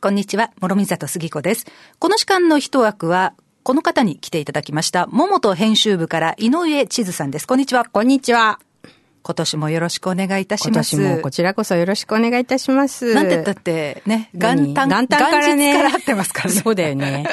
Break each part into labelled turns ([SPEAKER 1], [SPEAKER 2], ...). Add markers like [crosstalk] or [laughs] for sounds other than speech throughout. [SPEAKER 1] こんにちは、諸見里杉子です。この時間の一枠は、この方に来ていただきました、桃と編集部から井上千鶴さんです。こんにちは。
[SPEAKER 2] こんにちは。
[SPEAKER 1] 今年もよろしくお願いいたします。
[SPEAKER 2] 今年もこちらこそよろしくお願いいたします。
[SPEAKER 1] なんて言ったって、ね、元旦、元旦からね。から会ってますからね。
[SPEAKER 2] そうだよ
[SPEAKER 1] [laughs]
[SPEAKER 2] ね。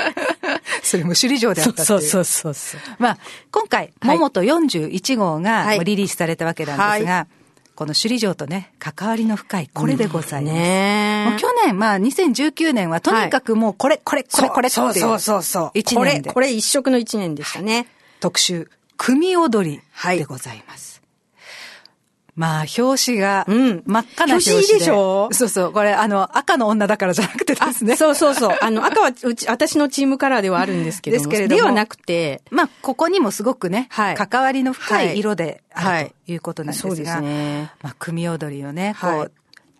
[SPEAKER 1] それも首里城であったっていう。
[SPEAKER 2] そうそうそうそう
[SPEAKER 1] まあ、今回、はい、桃と41号がリリースされたわけなんですが、はいはいこの首里城とね、関わりの深い、これでございます。うん、ね去年、まあ2019年はとにかくもうこれ、これ、これ、これ
[SPEAKER 2] そうそうそうそう。一年で。これ、これ一色の一年でしたね、はい。
[SPEAKER 1] 特集、組踊りでございます。はい、まあ、表紙が、真っ赤な表紙で。うん、表紙
[SPEAKER 2] でしょ
[SPEAKER 1] そうそう。これ、あの、赤の女だからじゃなくてですね。
[SPEAKER 2] そうそうそう。あの、赤は、うち、私のチームカラーではあるんですけども。で,どもではなくて。
[SPEAKER 1] まあ、ここにもすごくね、はい、関わりの深い色ではい、いうことなんですが、はい、そうですね。まあ、組踊りをね、こう、はい、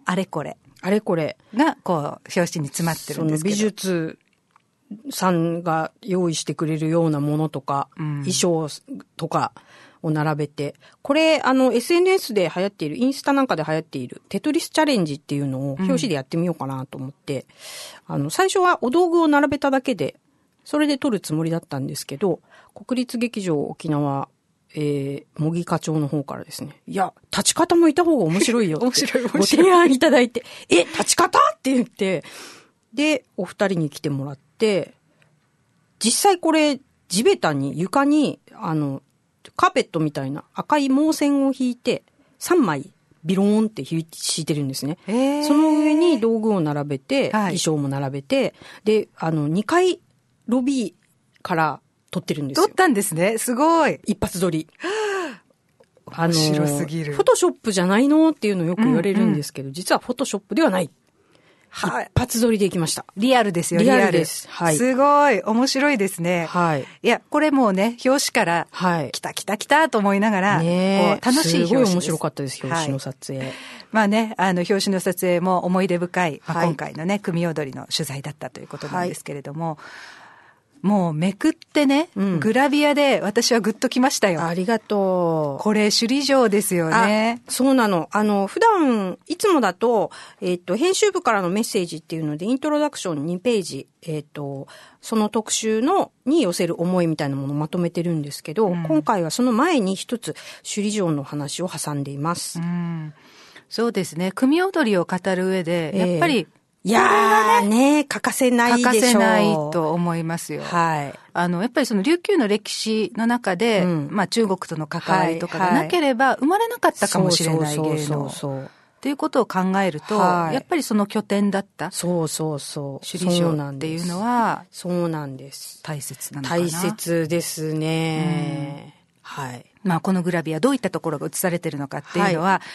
[SPEAKER 1] あれこれ。
[SPEAKER 2] あれこれ。
[SPEAKER 1] が、こう、表紙に詰まってるんですけ
[SPEAKER 2] ど。美術さんが用意してくれるようなものとか、うん、衣装とかを並べて、これ、あの、SNS で流行っている、インスタなんかで流行っている、テトリスチャレンジっていうのを表紙でやってみようかなと思って、うん、あの、最初はお道具を並べただけで、それで撮るつもりだったんですけど、国立劇場沖縄えー、茂木課長の方からですね、いや、立ち方もいた方が [laughs] 面白いよ
[SPEAKER 1] 面白い、面
[SPEAKER 2] 白い。ご提案いただいて、え、立ち方って言って、で、お二人に来てもらって、実際これ、地べたに、床に、あの、カーペットみたいな赤い毛線を引いて、3枚、ビローンって敷いてるんですね。その上に道具を並べて、はい、衣装も並べて、で、あの、2階ロビーから、撮ってるんです
[SPEAKER 1] 撮ったんですね。すごい。
[SPEAKER 2] 一発撮 [gasps] り。
[SPEAKER 1] 面白すぎる。
[SPEAKER 2] フォトショップじゃないのっていうのをよく言われるんですけど、うんうん、実はフォトショップではない。はい、一発撮りでいきました。
[SPEAKER 1] リアルですよ、
[SPEAKER 2] リアルです。
[SPEAKER 1] はい。すごい。面白いですね。
[SPEAKER 2] はい。
[SPEAKER 1] いや、これもうね、表紙から、はい。来た来た来たと思いながら、
[SPEAKER 2] ね
[SPEAKER 1] 楽しい表
[SPEAKER 2] 紙す。すごい面白かったです、表紙の撮影。はい、
[SPEAKER 1] まあね、あの、表紙の撮影も思い出深い、はい、今回のね、組踊りの取材だったということなんですけれども、はいもうめくってね、うん、グラビアで私はグッときましたよ。
[SPEAKER 2] ありがと
[SPEAKER 1] う。これ首里城ですよね。、
[SPEAKER 2] そうなの。あの、普段、いつもだと、えっ、ー、と、編集部からのメッセージっていうので、イントロダクション2ページ、えっ、ー、と、その特集の、に寄せる思いみたいなものをまとめてるんですけど、うん、今回はその前に一つ、首里城の話を挟んでいます。うん
[SPEAKER 1] そうですね。組踊りを語る上で、えー、やっぱり、
[SPEAKER 2] いやーね、欠かせないでしょ
[SPEAKER 1] 欠かせないと思いますよ。
[SPEAKER 2] はい。
[SPEAKER 1] あの、やっぱりその琉球の歴史の中で、うん、まあ中国との関わりとかがなければ生まれなかったかもしれない芸能。っていうことを考えると、はい、やっぱりその拠点だった。。
[SPEAKER 2] そうそうそう
[SPEAKER 1] 首里城っていうのは、
[SPEAKER 2] そうなんです。
[SPEAKER 1] 大切な
[SPEAKER 2] のかな大切ですね。はい。、
[SPEAKER 1] まあこのグラビアどういったところが映されてるのかっていうのは、はい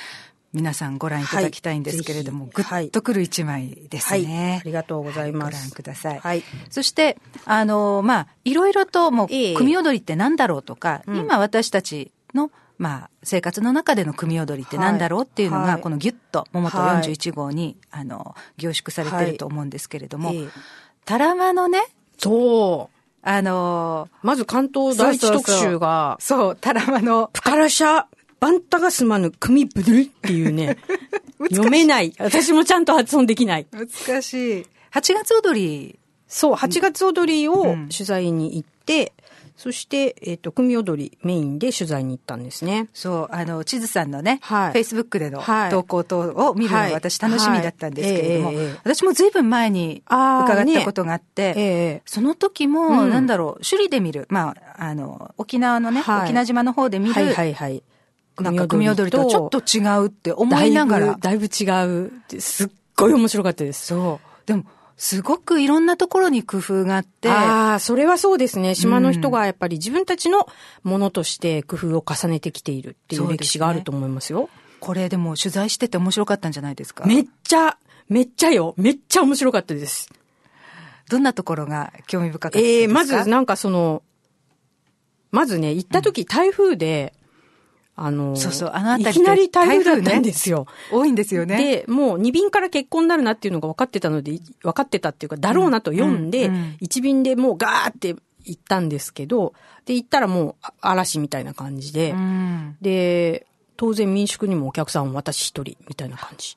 [SPEAKER 1] 皆さんご覧いただきたいんですけれども、ぐっ、はい、とくる一枚ですね、はい
[SPEAKER 2] ありがとうございます。
[SPEAKER 1] ご覧ください。はい、そして、あの、まあ、いろいろともう、組踊りって何だろうとか、ええ、今私たちの、まあ、生活の中での組踊りって何だろうっていうのが、はい、このギュッと、桃と41号に、あの、凝縮されてると思うんですけれども、え、タラマのね、
[SPEAKER 2] そう。
[SPEAKER 1] あの
[SPEAKER 2] ー、まず関東第一特集が、
[SPEAKER 1] そう、タラマの、
[SPEAKER 2] プカラシャバンタがすまぬ組ブルってい
[SPEAKER 1] [laughs]
[SPEAKER 2] うね、読めない。私もちゃんと発音できない。
[SPEAKER 1] 難しい。8月踊り。
[SPEAKER 2] そう、8月踊りを取材に行って、うん、そして、えっ、ー、と、組踊りメインで取材に行ったんですね。
[SPEAKER 1] そう、あの、地図さんのね、はい、Facebook での投稿等を見るのが私楽しみだったんですけれども、私も随分前に伺ったことがあって、ねえー、その時も、なんだろう、うん、首里で見る、まあ、あの、沖縄のね、はい、沖縄島の方で見る、
[SPEAKER 2] はいはいはい、
[SPEAKER 1] なんか組踊りとちょっと違うって思いながら。
[SPEAKER 2] だいぶ違う。すっごい面白かったです。
[SPEAKER 1] そう。でも、すごくいろんなところに工夫があって。
[SPEAKER 2] ああ、それはそうですね。島の人がやっぱり自分たちのものとして工夫を重ねてきているっていう歴史があると思いますよ。すね、
[SPEAKER 1] これでも取材してて面白かったんじゃないですか
[SPEAKER 2] めっちゃ、めっちゃよ。めっちゃ面白かったです。
[SPEAKER 1] どんなところが興味深かったです
[SPEAKER 2] かええー、まずなんかその、まずね、行った時台風で、うんあの、
[SPEAKER 1] そうそう、あの辺り
[SPEAKER 2] いきなり台風だったんですよ。
[SPEAKER 1] ね、多いんですよね。
[SPEAKER 2] で、もう2便から欠航になるなっていうのが分かってたので、分かってたっていうか、だろうなと読んで、うんうん、1便でもうガーって行ったんですけど、で、行ったらもう嵐みたいな感じで、うん、で、当然民宿にもお客さん私一人みたいな感じ。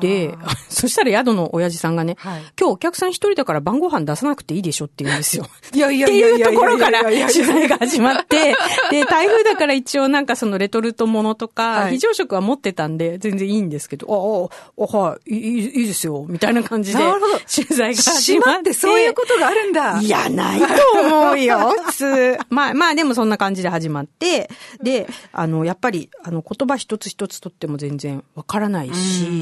[SPEAKER 2] で、 [laughs] そしたら宿の親父さんがね、
[SPEAKER 1] はい
[SPEAKER 2] 今日お客さん一人だから晩ご飯出さなくていいでしょって言うんですよ。
[SPEAKER 1] いやい
[SPEAKER 2] っていうところから取材が始まって、で、台風だから一応なんかそのレトルトものとか、
[SPEAKER 1] はい
[SPEAKER 2] 非常食は持ってたんで、全然いいんですけど、ああ、あはい、いいいいですよ、みたいな感じで、
[SPEAKER 1] なるほど
[SPEAKER 2] 取材が始ま
[SPEAKER 1] 島
[SPEAKER 2] っ。
[SPEAKER 1] っててそういうことがあるんだ。
[SPEAKER 2] いや、ないと思うよ、普通。まあまあ、でもそんな感じで始まって、で、あの、やっぱり、あの、言葉一つ一つとっても全然わからないし、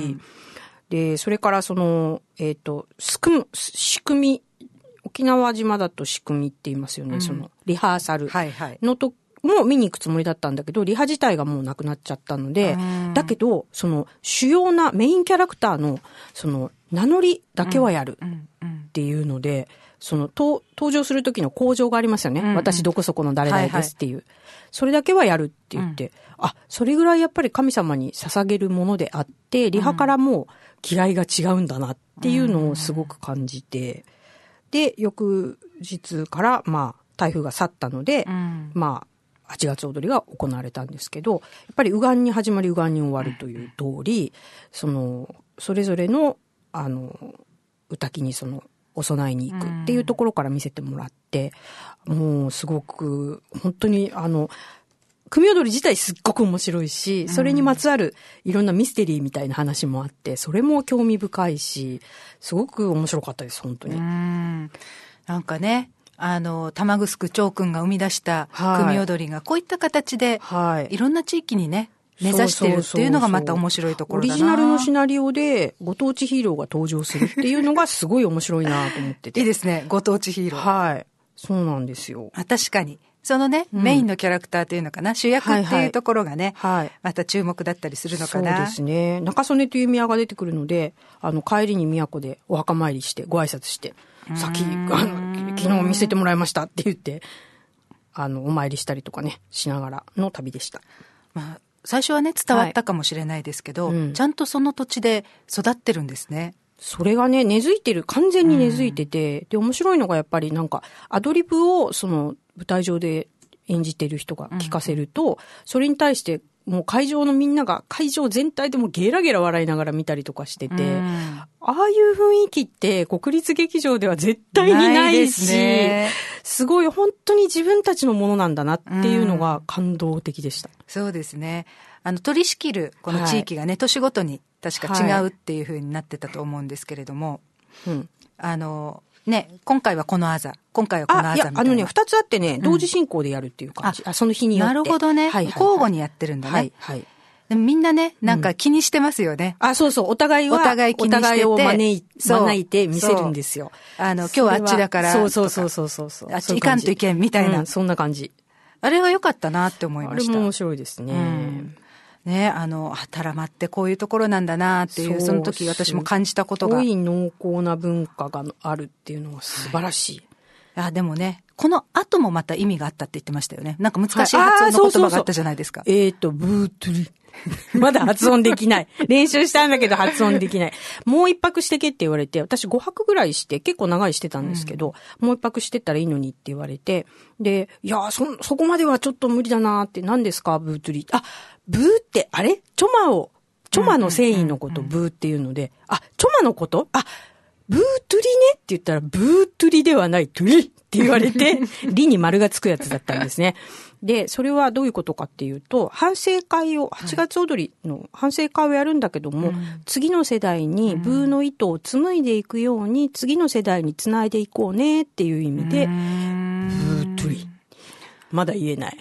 [SPEAKER 2] で、それからその、えっ、と、すくむ、す仕組み、沖縄島だと仕組みって言いますよね、その、リハーサル
[SPEAKER 1] はいはい。
[SPEAKER 2] のと、も見に行くつもりだったんだけど、リハ自体がもうなくなっちゃったので、だけど、その、主要なメインキャラクターの、その、名乗りだけはやる。
[SPEAKER 1] うんうん
[SPEAKER 2] っていうので、その、と登場する時の工場がありますよね。
[SPEAKER 1] んうん
[SPEAKER 2] 私どこそこの誰々ですっていう、それだけはやるって言って、あ、それぐらいやっぱり神様に捧げるものであって、リハからもう嫌いが違うんだなっていうのをすごく感じて、で、翌日から、まあ、台風が去ったので、
[SPEAKER 1] うん
[SPEAKER 2] まあ、8月踊りが行われたんですけど、やっぱり、右岸に始まり、右岸に終わるという通り、その、それぞれの、あの、歌きにその、お供えに行くっていうところから見せてもらって、もうすごく、本当に、あの、組踊り自体すっごく面白いし、それにまつわるいろんなミステリーみたいな話もあって、それも興味深いし、すごく面白かったです、本当に。
[SPEAKER 1] うんなんかね、あの、玉城長君が生み出した
[SPEAKER 2] はい
[SPEAKER 1] 組踊りがこういった形で、
[SPEAKER 2] はい
[SPEAKER 1] い。ろんな地域にね、根ざしてるっていうのがまた面白いところだな
[SPEAKER 2] オリジナルのシナリオでご当地ヒーローが登場するっていうのがすごい面白いなと思っ
[SPEAKER 1] [laughs]
[SPEAKER 2] て
[SPEAKER 1] い
[SPEAKER 2] て。
[SPEAKER 1] いですね、ご当地ヒーロー。
[SPEAKER 2] はい。そうなんですよ。
[SPEAKER 1] あ確かに。そのね、メインのキャラクターというのかな、主役
[SPEAKER 2] はい
[SPEAKER 1] って
[SPEAKER 2] はい
[SPEAKER 1] いうところがね、
[SPEAKER 2] はい。
[SPEAKER 1] また注目だったりするの
[SPEAKER 2] そ
[SPEAKER 1] か
[SPEAKER 2] うで
[SPEAKER 1] な。
[SPEAKER 2] すね。中曽根という宮が出てくるので、あの、帰りに宮古でお墓参りして、ご挨拶して、先、あの、き昨日見せてもらいましたって言って、あの、お参りしたりとかね、しながらの旅でした。
[SPEAKER 1] まあ、最初はね、伝わったかもしれないですけど、
[SPEAKER 2] はいうん
[SPEAKER 1] ちゃんとその土地で育ってるんですね。
[SPEAKER 2] それがね、根付いてる、完全に根付いてて、で、面白いのがやっぱりなんか、アドリブをその舞台上で演じてる人が聞かせると、それに対して、もう会場のみんなが会場全体でもうゲラゲラ笑いながら見たりとかしてて、
[SPEAKER 1] うん
[SPEAKER 2] ああいう雰囲気って国立劇場では絶対にな
[SPEAKER 1] ないで
[SPEAKER 2] いし、
[SPEAKER 1] すね
[SPEAKER 2] すごい本当に自分たちのものなんだなっていうのが感動的でした。
[SPEAKER 1] そうですね。あの、取り仕切る、この地域がね、年ごとに確か違うっていうふうになってたと思うんですけれども、
[SPEAKER 2] うん
[SPEAKER 1] あの、ね、今回はこのあざ、今回はこの
[SPEAKER 2] あ、
[SPEAKER 1] あ
[SPEAKER 2] い
[SPEAKER 1] ざ
[SPEAKER 2] や
[SPEAKER 1] み、た
[SPEAKER 2] あ
[SPEAKER 1] いな。
[SPEAKER 2] のね、二つあってね、同時進行でやるっていう感じ。あ、その日によって。
[SPEAKER 1] なるほどね、
[SPEAKER 2] はいはいはい
[SPEAKER 1] 交互にやってるんだね。
[SPEAKER 2] はい、はい。
[SPEAKER 1] でもみんなね、なんか気にしてますよね。
[SPEAKER 2] あ、そうそう、お互いは、
[SPEAKER 1] お互い気にしてて
[SPEAKER 2] お互いを招い
[SPEAKER 1] そう
[SPEAKER 2] 招いて見せるんですよ。
[SPEAKER 1] あの、今日はあっちだから。
[SPEAKER 2] そうそうそうそうそうそう。
[SPEAKER 1] あっち
[SPEAKER 2] そうう感
[SPEAKER 1] 行かん
[SPEAKER 2] じ
[SPEAKER 1] といけんみたいな
[SPEAKER 2] うそんな感じ。
[SPEAKER 1] あれは良かったなって思い
[SPEAKER 2] あ
[SPEAKER 1] ま
[SPEAKER 2] れ
[SPEAKER 1] した。
[SPEAKER 2] も面白いですね。
[SPEAKER 1] うんね、あの、あたらまってこういうところなんだなっていう、
[SPEAKER 2] う
[SPEAKER 1] その時私も感じたことが
[SPEAKER 2] すご。い濃厚な文化があるっていうのは素晴らしい。
[SPEAKER 1] あ、でもね、この後もまた意味があったって言ってましたよね。なんか難しい
[SPEAKER 2] はい
[SPEAKER 1] 発
[SPEAKER 2] あー
[SPEAKER 1] 音
[SPEAKER 2] そう
[SPEAKER 1] の
[SPEAKER 2] そうそう
[SPEAKER 1] 言葉があったじゃないですか。
[SPEAKER 2] えっ、と、ブー [laughs] トゥリ。まだ発音できない。練習したんだけど発音できない。もう一泊してけって言われて、私5泊ぐらいして、結構長いしてたんですけど、もう一泊してったらいいのにって言われて、で、いやー、そ、そこまではちょっと無理だなーって、何ですか、ブートゥリ。あ、ブーって、あれチョマを、チョマの繊維のこと、ブーっていうので、あ、チョマのことあ、ブートゥリねって言ったら、ブートゥリではない、トゥリって言わ
[SPEAKER 1] [laughs]
[SPEAKER 2] れて、リに丸がつくやつだったんですね。で、それはどういうことかっていうと、反省会を、8月踊りの反省会をやるんだけども、次の世代にブーの糸を紡いでいくように、次の世代につないでいこうねっていう意味で、ブートゥリ。まだ言えない。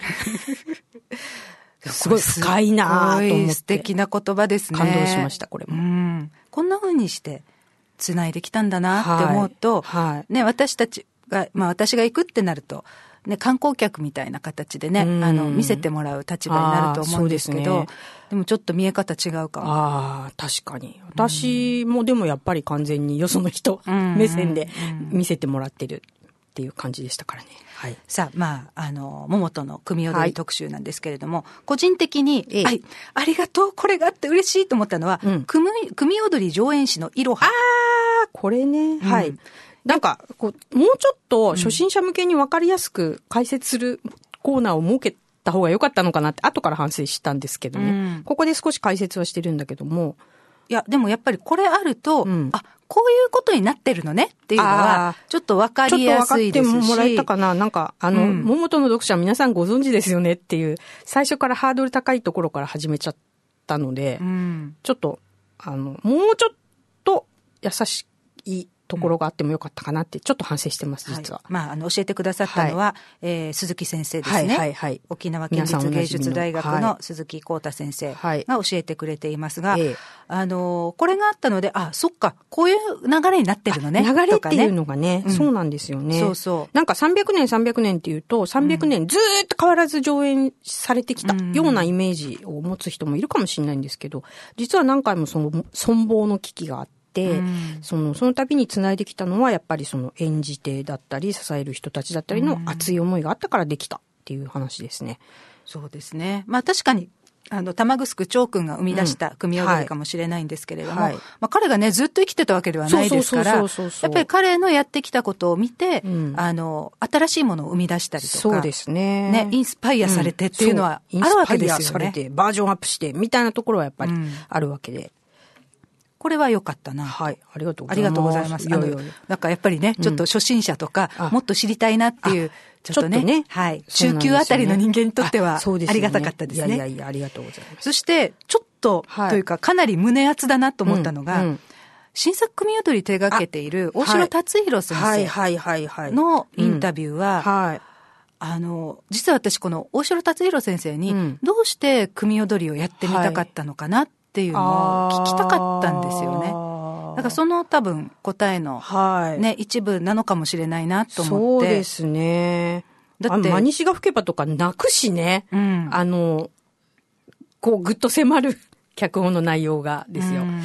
[SPEAKER 2] すごい深いなぁと思
[SPEAKER 1] すご
[SPEAKER 2] っ
[SPEAKER 1] い
[SPEAKER 2] て
[SPEAKER 1] 素敵な言葉ですね。
[SPEAKER 2] 感動しましたこれも
[SPEAKER 1] うん。こんな風にして、繋いできたんだなって思うと、
[SPEAKER 2] はいはい
[SPEAKER 1] ね、私たちが、まあ私が行くってなると、ね、観光客みたいな形でね、
[SPEAKER 2] うん
[SPEAKER 1] あの、見せてもらう立場になると思うんですけ
[SPEAKER 2] あーそう
[SPEAKER 1] ど、
[SPEAKER 2] ですね
[SPEAKER 1] でもちょっと見え方違うかも。
[SPEAKER 2] ああ、確かに。私もでもやっぱり完全によその人
[SPEAKER 1] ん
[SPEAKER 2] 目線で見せてもらってるっていう感じでしたからね。はい。
[SPEAKER 1] さあ、まあ、あの、桃との組踊り特集なんですけれども、個人的に、
[SPEAKER 2] ええ
[SPEAKER 1] はい、ありがとう、これがあって嬉しいと思ったのは、
[SPEAKER 2] うん
[SPEAKER 1] 組組踊り上演師のいろは。
[SPEAKER 2] あーこれね。は
[SPEAKER 1] う
[SPEAKER 2] い
[SPEAKER 1] ん。
[SPEAKER 2] なんか、こう、もうちょっと初心者向けに分かりやすく解説するコーナーを設けた方が良かったのかなって、後から反省したんですけどね。
[SPEAKER 1] うん
[SPEAKER 2] ここで少し解説はしてるんだけども、
[SPEAKER 1] いや、でもやっぱりこれあると、
[SPEAKER 2] うん
[SPEAKER 1] あ、こういうことになってるのねっていうの
[SPEAKER 2] あ
[SPEAKER 1] は、ちょっとわか
[SPEAKER 2] ちょっ
[SPEAKER 1] り
[SPEAKER 2] と分
[SPEAKER 1] や
[SPEAKER 2] かっ
[SPEAKER 1] すい
[SPEAKER 2] て
[SPEAKER 1] ですし。
[SPEAKER 2] もらえたかななんか、あ
[SPEAKER 1] う
[SPEAKER 2] の、
[SPEAKER 1] ん
[SPEAKER 2] 桃との読者皆さんご存知ですよねっていう、最初からハードル高いところから始めちゃったので、
[SPEAKER 1] うん。
[SPEAKER 2] ちょっと、あの、もうちょっと優しいところがあってもよかったかなって、ちょっと反省してます、実は。
[SPEAKER 1] い、まあ、あの、教えてくださったのは、えー鈴木先生です
[SPEAKER 2] はい、
[SPEAKER 1] ね。
[SPEAKER 2] はい、はい。
[SPEAKER 1] 沖縄県立芸術大学
[SPEAKER 2] 皆さんおなじみのは
[SPEAKER 1] の鈴木光太先生
[SPEAKER 2] はい
[SPEAKER 1] が教えてくれていますが、
[SPEAKER 2] ええ
[SPEAKER 1] あの、これがあったので、あ、そっか、こういう流れになってるのね。
[SPEAKER 2] 流れっ
[SPEAKER 1] とか
[SPEAKER 2] ていう
[SPEAKER 1] ね。
[SPEAKER 2] のがね、
[SPEAKER 1] うん
[SPEAKER 2] そうなんですよね。
[SPEAKER 1] そうそう
[SPEAKER 2] なんか300年300年っていうと、300年ずーっと変わらず上演されてきた
[SPEAKER 1] うん
[SPEAKER 2] ようなイメージを持つ人もいるかもしれないんですけど、実は何回もその存亡の危機があって、
[SPEAKER 1] うん
[SPEAKER 2] その、その度に繋いできたのは、やっぱりその演じ手だったり、支える人たちだったりの熱い思いがあったからできたっていう話ですね。
[SPEAKER 1] そうですね。まあ確かに、あの、玉城長君が生み出した組
[SPEAKER 2] うん
[SPEAKER 1] 踊
[SPEAKER 2] はい
[SPEAKER 1] りかもしれないんですけれども、
[SPEAKER 2] はい
[SPEAKER 1] まあ彼がね、ずっと生きてたわけではないですから、や
[SPEAKER 2] そう
[SPEAKER 1] っ
[SPEAKER 2] そうそうそうそう
[SPEAKER 1] ぱり彼のやってきたことを見て、
[SPEAKER 2] うん
[SPEAKER 1] あの、新しいものを生み出したりとか、
[SPEAKER 2] そうですね。
[SPEAKER 1] ねインスパイアされてっていうのは
[SPEAKER 2] うん
[SPEAKER 1] あるわけですよね
[SPEAKER 2] インスパイアされて、バージョンアップして、みたいなところはやっぱり
[SPEAKER 1] うん
[SPEAKER 2] あるわけで。
[SPEAKER 1] これは良かったな。
[SPEAKER 2] はい。ありがとう
[SPEAKER 1] あ
[SPEAKER 2] ご
[SPEAKER 1] り
[SPEAKER 2] ざいます。
[SPEAKER 1] がとうございます。
[SPEAKER 2] や
[SPEAKER 1] あ
[SPEAKER 2] い
[SPEAKER 1] の
[SPEAKER 2] やいや
[SPEAKER 1] なんかやっぱりね、ちょっと初心者とか、
[SPEAKER 2] あ
[SPEAKER 1] もっと知りたいなっていう、ちょっとね、はい、中級あたりの人間にとっては、ありがたかったですね。
[SPEAKER 2] いやいやいや、ありがとうございます。
[SPEAKER 1] そして、ちょっと、
[SPEAKER 2] はい
[SPEAKER 1] というか、かなり胸熱だなと思ったのが、
[SPEAKER 2] うんうん
[SPEAKER 1] 新作組踊り手掛けている
[SPEAKER 2] あ
[SPEAKER 1] 大城達弘
[SPEAKER 2] はい
[SPEAKER 1] 先
[SPEAKER 2] はいはいは
[SPEAKER 1] 生
[SPEAKER 2] い。
[SPEAKER 1] のインタビューは、
[SPEAKER 2] はい。
[SPEAKER 1] あの、実は私、この大城達弘先生に、
[SPEAKER 2] うん
[SPEAKER 1] どうして組踊りをやってみたかったのかなっていうのを聞きたかったんですよね。だからその多分答えの、
[SPEAKER 2] はい。
[SPEAKER 1] ね、一部なのかもしれないなと思
[SPEAKER 2] そ
[SPEAKER 1] っ
[SPEAKER 2] う
[SPEAKER 1] て。
[SPEAKER 2] ですね。
[SPEAKER 1] だって
[SPEAKER 2] あマニシが吹けばとか泣くしね。
[SPEAKER 1] うん
[SPEAKER 2] あの、こう、ぐっと迫る脚本の内容がですよ。
[SPEAKER 1] うん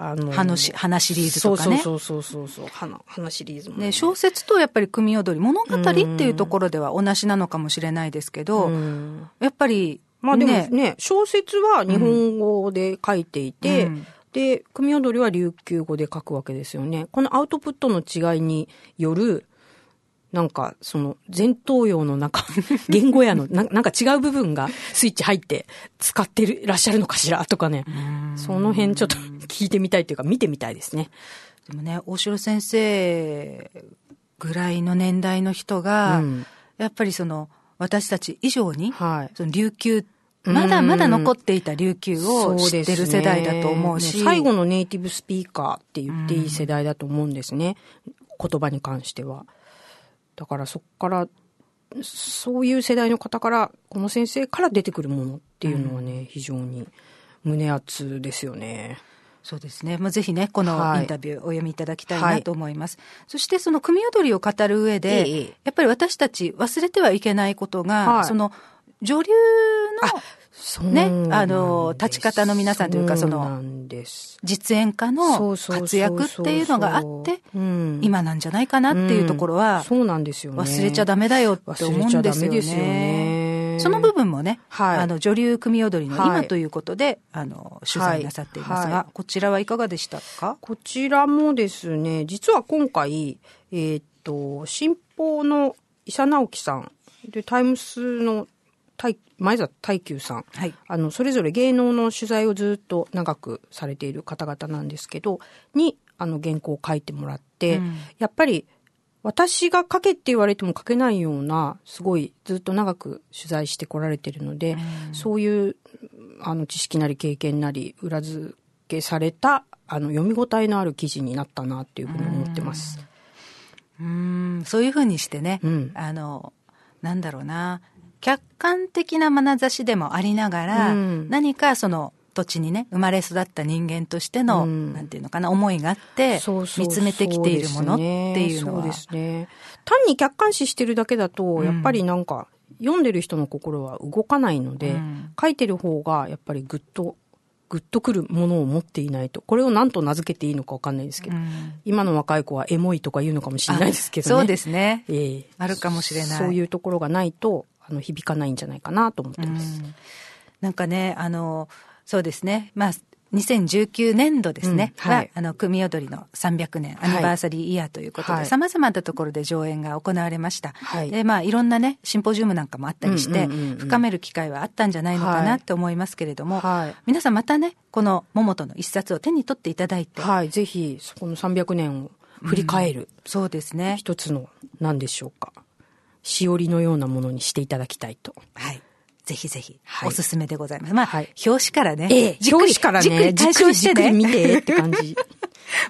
[SPEAKER 2] あの、
[SPEAKER 1] 歯のし、花シリーズとかね。
[SPEAKER 2] そうそうそうそうそう。花、花シリーズもね。
[SPEAKER 1] ね、小説とやっぱり組踊り、物語っていうところでは同じなのかもしれないですけど、
[SPEAKER 2] うん
[SPEAKER 1] やっぱり、
[SPEAKER 2] まあでもね
[SPEAKER 1] ね、
[SPEAKER 2] 小説は日本語で書いていて、
[SPEAKER 1] うん
[SPEAKER 2] で、組踊りは琉球語で書くわけですよね。このアウトプットの違いによる、なんか、その、前頭葉
[SPEAKER 1] [laughs]
[SPEAKER 2] の中、言語やのな、なんか違う部分がスイッチ入って使ってるらっしゃるのかしらとかね。その辺ちょっと聞いてみたいというか、見てみたいですね。
[SPEAKER 1] でもね、大城先生ぐらいの年代の人が、
[SPEAKER 2] うん
[SPEAKER 1] やっぱりその、私たち以上に、
[SPEAKER 2] はい
[SPEAKER 1] その琉球、まだまだ
[SPEAKER 2] うん
[SPEAKER 1] 残っていた琉球を知ってる世代だと思う
[SPEAKER 2] そで
[SPEAKER 1] し、
[SPEAKER 2] すね最後のネイティブスピーカーって言っていい世代だと思うんですね。言葉に関しては。だからそこから、そういう世代の方から、この先生から出てくるものっていうのはね、非常に胸熱ですよね。
[SPEAKER 1] そうですね。まあ、ぜひね、この
[SPEAKER 2] はい
[SPEAKER 1] インタビューお読みいただきたい
[SPEAKER 2] は
[SPEAKER 1] ないと思います。そしてその組踊りを語る上で、
[SPEAKER 2] ええ
[SPEAKER 1] やっぱり私たち忘れてはいけないことが、
[SPEAKER 2] はい
[SPEAKER 1] その女流
[SPEAKER 2] そう
[SPEAKER 1] の
[SPEAKER 2] な
[SPEAKER 1] ね
[SPEAKER 2] んです、
[SPEAKER 1] あの、立ち方の皆さんというか、そ
[SPEAKER 2] そうな
[SPEAKER 1] の
[SPEAKER 2] んです。
[SPEAKER 1] 実演家
[SPEAKER 2] そ
[SPEAKER 1] の
[SPEAKER 2] うそうそう
[SPEAKER 1] 活
[SPEAKER 2] そう
[SPEAKER 1] 躍っていうのがあって、
[SPEAKER 2] うん
[SPEAKER 1] 今なんじゃないかなっていうところ
[SPEAKER 2] うん
[SPEAKER 1] は、
[SPEAKER 2] そうなんですよね。
[SPEAKER 1] 忘れちゃダメだよって
[SPEAKER 2] 忘
[SPEAKER 1] 思
[SPEAKER 2] れ
[SPEAKER 1] う
[SPEAKER 2] ち
[SPEAKER 1] ん
[SPEAKER 2] ゃ
[SPEAKER 1] で
[SPEAKER 2] ダ
[SPEAKER 1] す
[SPEAKER 2] メ
[SPEAKER 1] よ
[SPEAKER 2] ですよ
[SPEAKER 1] ね。
[SPEAKER 2] ね。
[SPEAKER 1] その部分もね、
[SPEAKER 2] はい
[SPEAKER 1] あの女流組踊りの
[SPEAKER 2] は
[SPEAKER 1] 今
[SPEAKER 2] い
[SPEAKER 1] ということで、あの取材なさっていますが、
[SPEAKER 2] はいは
[SPEAKER 1] こちらはいかがでしたか
[SPEAKER 2] こちらもですね、実は今回、えーっと、新報の伊佐直樹さん、で、タイムスの大前田大久さん、
[SPEAKER 1] はい
[SPEAKER 2] あの、それぞれ芸能の取材をずっと長くされている方々なんですけど、に、あの、原稿を書いてもらって、
[SPEAKER 1] うん
[SPEAKER 2] やっぱり、私が書けって言われても書けないような、すごいずっと長く取材してこられてるので、そういう、あの、知識なり経験なり、裏付けされた、あの、読み応えのある記事になったな、っていうふうに思ってます。
[SPEAKER 1] うーんそういうふうにしてね、
[SPEAKER 2] うん
[SPEAKER 1] あの、なんだろうな、客観的な眼差しでもありながら、
[SPEAKER 2] うん
[SPEAKER 1] 何かその土地にね、生まれ育った人間としての、
[SPEAKER 2] うん
[SPEAKER 1] なんていうのかな、思いがあって、
[SPEAKER 2] そうそう
[SPEAKER 1] 見つめてきているものっていうのは、
[SPEAKER 2] そうですねそうですね。単に客観視してるだけだと、やっぱりなんか、読んでる人の心は動かないので、
[SPEAKER 1] うん
[SPEAKER 2] 書いてる方がやっぱりグッと、グッとくるものを持っていないと。これを何と名付けていいのかわかんないですけど、
[SPEAKER 1] うん
[SPEAKER 2] 今の若い子はエモいとか言うのかもしれないですけどね。
[SPEAKER 1] そうですね。
[SPEAKER 2] ええ
[SPEAKER 1] あるかもしれない
[SPEAKER 2] そういうところがないと、あの、響かないんじゃないかなと思ってます。
[SPEAKER 1] なんかね、あの、そうですね。まあ、 2019年度ですね、
[SPEAKER 2] うんはい
[SPEAKER 1] はあの組踊りの300年アニバーサリーイヤーということ
[SPEAKER 2] は
[SPEAKER 1] で、
[SPEAKER 2] い
[SPEAKER 1] さまざまなところで上演が行われました、
[SPEAKER 2] はい
[SPEAKER 1] でまあ、いろんなね、シンポジウムなんかもあったりして、
[SPEAKER 2] うんうんうんうん
[SPEAKER 1] 深める機会はあったんじゃないのか
[SPEAKER 2] は
[SPEAKER 1] ないって思いますけれども、
[SPEAKER 2] はい
[SPEAKER 1] 皆さんまたね、この桃との一冊を手に取っていただいて、
[SPEAKER 2] はい。ぜひ、そこの300年を振り返る、
[SPEAKER 1] そうですね、
[SPEAKER 2] 一つの、何でしょうか。しおりのようなものにしていただきたいと。
[SPEAKER 1] はい、ぜひぜひ
[SPEAKER 2] はい
[SPEAKER 1] おすすめでございます。まあ、
[SPEAKER 2] はい
[SPEAKER 1] 表紙からね、じっくり
[SPEAKER 2] 表紙からね、
[SPEAKER 1] じっ
[SPEAKER 2] じ
[SPEAKER 1] くり鑑
[SPEAKER 2] っく
[SPEAKER 1] 賞
[SPEAKER 2] り
[SPEAKER 1] して
[SPEAKER 2] じっくり見
[SPEAKER 1] ね、
[SPEAKER 2] てって
[SPEAKER 1] [laughs]
[SPEAKER 2] 感じ。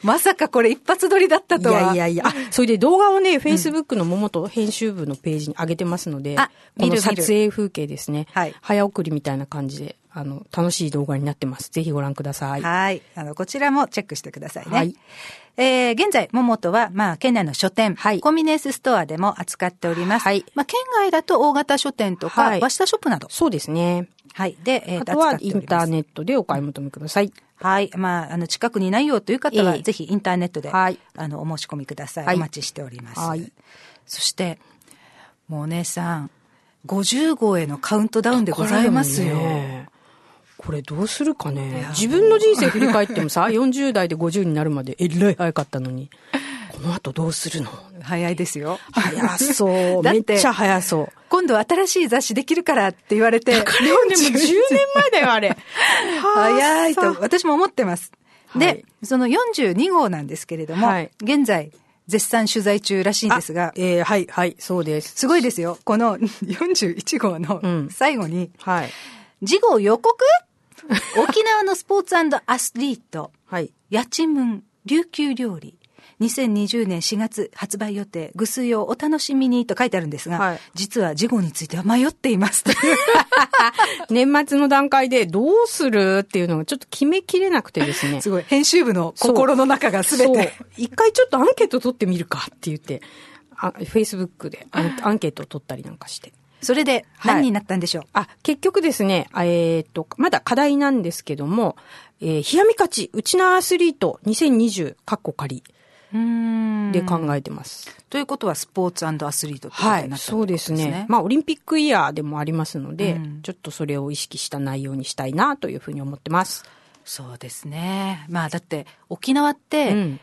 [SPEAKER 1] まさかこれ一発撮りだった
[SPEAKER 2] い
[SPEAKER 1] とは。
[SPEAKER 2] やいや
[SPEAKER 1] [laughs]
[SPEAKER 2] いや。あ、それで動画をね、Facebook の桃と編集部のページに上げてますので、
[SPEAKER 1] あ
[SPEAKER 2] こ
[SPEAKER 1] 見る見
[SPEAKER 2] の
[SPEAKER 1] る
[SPEAKER 2] 撮影風景ですね。
[SPEAKER 1] はい
[SPEAKER 2] 早送りみたいな感じで、あの、楽しい動画になってます。ぜひご覧ください。
[SPEAKER 1] はい。あの、こちらもチェックしてくださいね。
[SPEAKER 2] はい
[SPEAKER 1] えー現在、桃とは、まあ、県内の書店、
[SPEAKER 2] はい
[SPEAKER 1] コンビニエンスストアでも扱っております。
[SPEAKER 2] はい
[SPEAKER 1] まあ、県外だと大型書店とか、
[SPEAKER 2] はい
[SPEAKER 1] 和下ショップなど。
[SPEAKER 2] そうですね。
[SPEAKER 1] はい。で、えー
[SPEAKER 2] あとは
[SPEAKER 1] 扱っ
[SPEAKER 2] イ
[SPEAKER 1] てお
[SPEAKER 2] ン
[SPEAKER 1] り
[SPEAKER 2] タ
[SPEAKER 1] ま
[SPEAKER 2] ー
[SPEAKER 1] す
[SPEAKER 2] ネットでお買い求めください。
[SPEAKER 1] はい。まあ、あの、近くにないよという方は、
[SPEAKER 2] ええ
[SPEAKER 1] ぜひインターネットで、
[SPEAKER 2] はい
[SPEAKER 1] あの、お申し込みください。
[SPEAKER 2] はい
[SPEAKER 1] お待ちしております。
[SPEAKER 2] はい
[SPEAKER 1] そして、もうお姉さん、50号へのカウントダウンでございますよ。
[SPEAKER 2] これもねこれどうするかね。自分の人生振り返ってもさ、40代で50になるまでえらい早かったのに、この後どうするの
[SPEAKER 1] 早いですよ。[laughs]
[SPEAKER 2] 早 [laughs] そう。めっちゃ早そう。
[SPEAKER 1] 今度新しい雑誌できるからって言われて。
[SPEAKER 2] 彼はでも10年前だよ、あれ。 [laughs]
[SPEAKER 1] 早いと
[SPEAKER 2] はあ。
[SPEAKER 1] 私も思ってます。で、
[SPEAKER 2] はい
[SPEAKER 1] その42号なんですけれども、
[SPEAKER 2] はい
[SPEAKER 1] 現在絶賛取材中らしいんですが、
[SPEAKER 2] えーはい、はい、そうです。
[SPEAKER 1] すごいですよ。この41号の
[SPEAKER 2] ん
[SPEAKER 1] 最後に、
[SPEAKER 2] はい。
[SPEAKER 1] 次号予
[SPEAKER 2] [laughs]
[SPEAKER 1] 告沖縄のスポーツアスリート、
[SPEAKER 2] はい。
[SPEAKER 1] 家賃分琉球料理。2020年4月発売予定、ぐす用お楽しみにと書いてあるんですが、
[SPEAKER 2] はい
[SPEAKER 1] 実は次号については迷ってい [laughs] ますという。
[SPEAKER 2] 年末の段階でどうするっていうのがちょっと決めきれなくてですね。
[SPEAKER 1] すごい。編集部の心の中が全て。
[SPEAKER 2] そう。一回ちょっとアンケート取ってみるかって言って、あ、Facebook でアンアンケート取ったりなんかして。
[SPEAKER 1] それで
[SPEAKER 2] はい
[SPEAKER 1] 何になったんでしょう、
[SPEAKER 2] あ、結局ですね、あえーっと、まだ課題なんですけども、えー、ひやみ勝ち、うちのアスリート2020、カッコ仮で考えてます。
[SPEAKER 1] ということはスポーツアスリートってことにな
[SPEAKER 2] は
[SPEAKER 1] った
[SPEAKER 2] い、
[SPEAKER 1] って
[SPEAKER 2] そ
[SPEAKER 1] こ
[SPEAKER 2] う
[SPEAKER 1] と
[SPEAKER 2] ですね。まあ、オリンピックイヤーでもありますので、
[SPEAKER 1] うん
[SPEAKER 2] ちょっとそれを意識した内容にしたいなというふうに思ってます。
[SPEAKER 1] そうですね。まあだって沖縄って、
[SPEAKER 2] うん。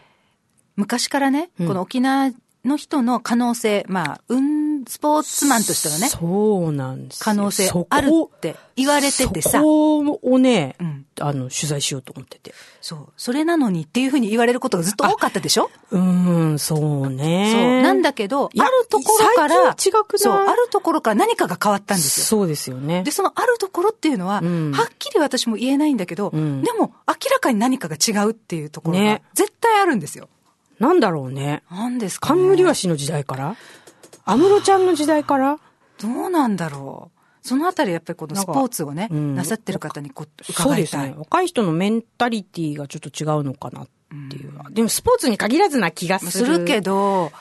[SPEAKER 1] 昔からね、
[SPEAKER 2] うん
[SPEAKER 1] この沖縄の人の可能性、まあ、うん、スポーツマンとしてのね、
[SPEAKER 2] そうなんですよ。
[SPEAKER 1] 可能性
[SPEAKER 2] そこ
[SPEAKER 1] あるって言われててさ
[SPEAKER 2] そ。こをね、
[SPEAKER 1] うん、
[SPEAKER 2] あの、取材しようと思ってて。
[SPEAKER 1] そう。それなのにっていうふうに言われることがずっと多かったでしょ
[SPEAKER 2] うーん、そう
[SPEAKER 1] そ
[SPEAKER 2] ね。
[SPEAKER 1] う。なんだけど、
[SPEAKER 2] い
[SPEAKER 1] あ
[SPEAKER 2] や
[SPEAKER 1] るところから、
[SPEAKER 2] 最近違くない
[SPEAKER 1] そう、あるところから何かが変わったんですよ。
[SPEAKER 2] そうですよね
[SPEAKER 1] で、。そのあるところっていうのは、
[SPEAKER 2] うん
[SPEAKER 1] はっきり私も言えないんだけど、
[SPEAKER 2] うん
[SPEAKER 1] でも明らかに何かが違うっていうところが
[SPEAKER 2] ね
[SPEAKER 1] 絶対あるんですよ。
[SPEAKER 2] なんだろうね。
[SPEAKER 1] なんですか、ね、
[SPEAKER 2] 冠はしの時代から安室ちゃんの時代から
[SPEAKER 1] どうなんだろう。そのあたりやっぱりこのスポーツをね、な,、
[SPEAKER 2] なんかうん
[SPEAKER 1] さってる方にこう
[SPEAKER 2] そ
[SPEAKER 1] 伺
[SPEAKER 2] う
[SPEAKER 1] い
[SPEAKER 2] です
[SPEAKER 1] たい。
[SPEAKER 2] ね。若い人のメンタリティがちょっと違うのかなっていう。でもスポーツに限らずな気がする。
[SPEAKER 1] するけど、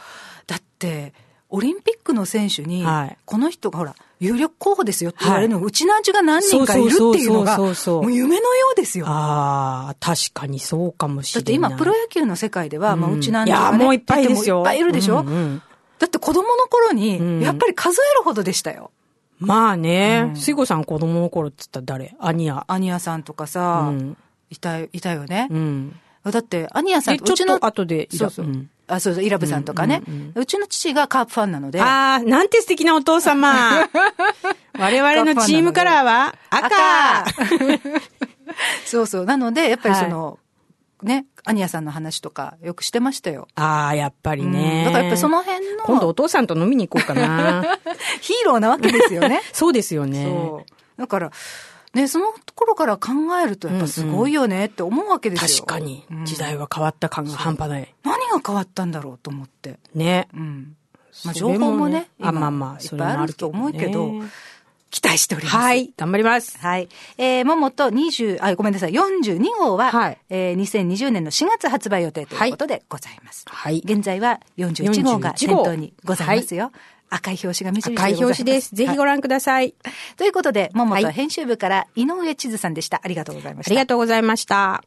[SPEAKER 1] だって、オリンピックの選手に、
[SPEAKER 2] はい
[SPEAKER 1] この人がほら、有力候補ですよって言われるの、うちなんちが何人かいるっていうのが、
[SPEAKER 2] そ
[SPEAKER 1] も
[SPEAKER 2] うそうそうそうそう
[SPEAKER 1] う夢のようですよ。
[SPEAKER 2] ああ、確かにそうかもし
[SPEAKER 1] だ
[SPEAKER 2] れ
[SPEAKER 1] っ
[SPEAKER 2] な
[SPEAKER 1] て
[SPEAKER 2] い。
[SPEAKER 1] 今、プロ野球の世界では、まあ、うちなんち
[SPEAKER 2] い
[SPEAKER 1] が、
[SPEAKER 2] や、
[SPEAKER 1] ね、
[SPEAKER 2] もういっぱいですよ。
[SPEAKER 1] 出てもいっぱいいるでしょ、
[SPEAKER 2] うんうん
[SPEAKER 1] だって子供の頃に、
[SPEAKER 2] ん
[SPEAKER 1] やっぱり数えるほどでしたよ。
[SPEAKER 2] まあね、水郷さん子供の頃っつったら誰アニア。
[SPEAKER 1] アニヤさんとかさ、
[SPEAKER 2] うん
[SPEAKER 1] いたい、いたよね
[SPEAKER 2] う。ん。
[SPEAKER 1] だって、アニヤさん
[SPEAKER 2] で、
[SPEAKER 1] とう
[SPEAKER 2] ち
[SPEAKER 1] ち
[SPEAKER 2] ょっ
[SPEAKER 1] の
[SPEAKER 2] と、後で、
[SPEAKER 1] そうそう。
[SPEAKER 2] ん
[SPEAKER 1] あ、そうそう、イラブさんとかね、うちの父がカープファンなので、
[SPEAKER 2] ああ、なんて素敵なお父 [laughs] 様。我々のチームカラーは赤
[SPEAKER 1] [laughs] そうそう。なので、やっぱりその、ね、アニヤさんの話とかよくしてましたよ。
[SPEAKER 2] ああ、やっぱりね、
[SPEAKER 1] うんだからやっぱりその辺の
[SPEAKER 2] 今度お父さんと飲みに行こう
[SPEAKER 1] [laughs]
[SPEAKER 2] かな。
[SPEAKER 1] ヒーローなわけですよ [laughs] ね。
[SPEAKER 2] そうですよね。
[SPEAKER 1] そう。だから、ね、その頃から考えるとやっぱすごいよねって思うわけです
[SPEAKER 2] 確
[SPEAKER 1] よ。
[SPEAKER 2] かに
[SPEAKER 1] うん、
[SPEAKER 2] 時代は変わった感が半端ない。
[SPEAKER 1] 何が変わったんだろうと思って。
[SPEAKER 2] ね。
[SPEAKER 1] うん。まあ、
[SPEAKER 2] そ
[SPEAKER 1] 情
[SPEAKER 2] れ
[SPEAKER 1] 報もね、
[SPEAKER 2] あ、まあ
[SPEAKER 1] 今
[SPEAKER 2] まあ、
[SPEAKER 1] いっぱいあると思うけど、
[SPEAKER 2] ね
[SPEAKER 1] 期待しております。
[SPEAKER 2] はい、頑張ります。
[SPEAKER 1] はい。えー、桃と20、あ、ごめんなさい、42号は、
[SPEAKER 2] はい
[SPEAKER 1] えー、2020年の4月発売予定ということでございます。
[SPEAKER 2] はい
[SPEAKER 1] 現在は41号が店
[SPEAKER 2] 41号
[SPEAKER 1] 頭にございますよ。赤い表紙が目印でござ
[SPEAKER 2] 赤
[SPEAKER 1] い
[SPEAKER 2] い
[SPEAKER 1] ます。
[SPEAKER 2] 表紙です。ぜ
[SPEAKER 1] は
[SPEAKER 2] ひ
[SPEAKER 1] い
[SPEAKER 2] ご覧ください。
[SPEAKER 1] ということで、桃
[SPEAKER 2] は
[SPEAKER 1] と
[SPEAKER 2] い
[SPEAKER 1] 編集部から井上千鶴さんでした。ありがとうございまし
[SPEAKER 2] あ
[SPEAKER 1] た
[SPEAKER 2] り。がとうございました。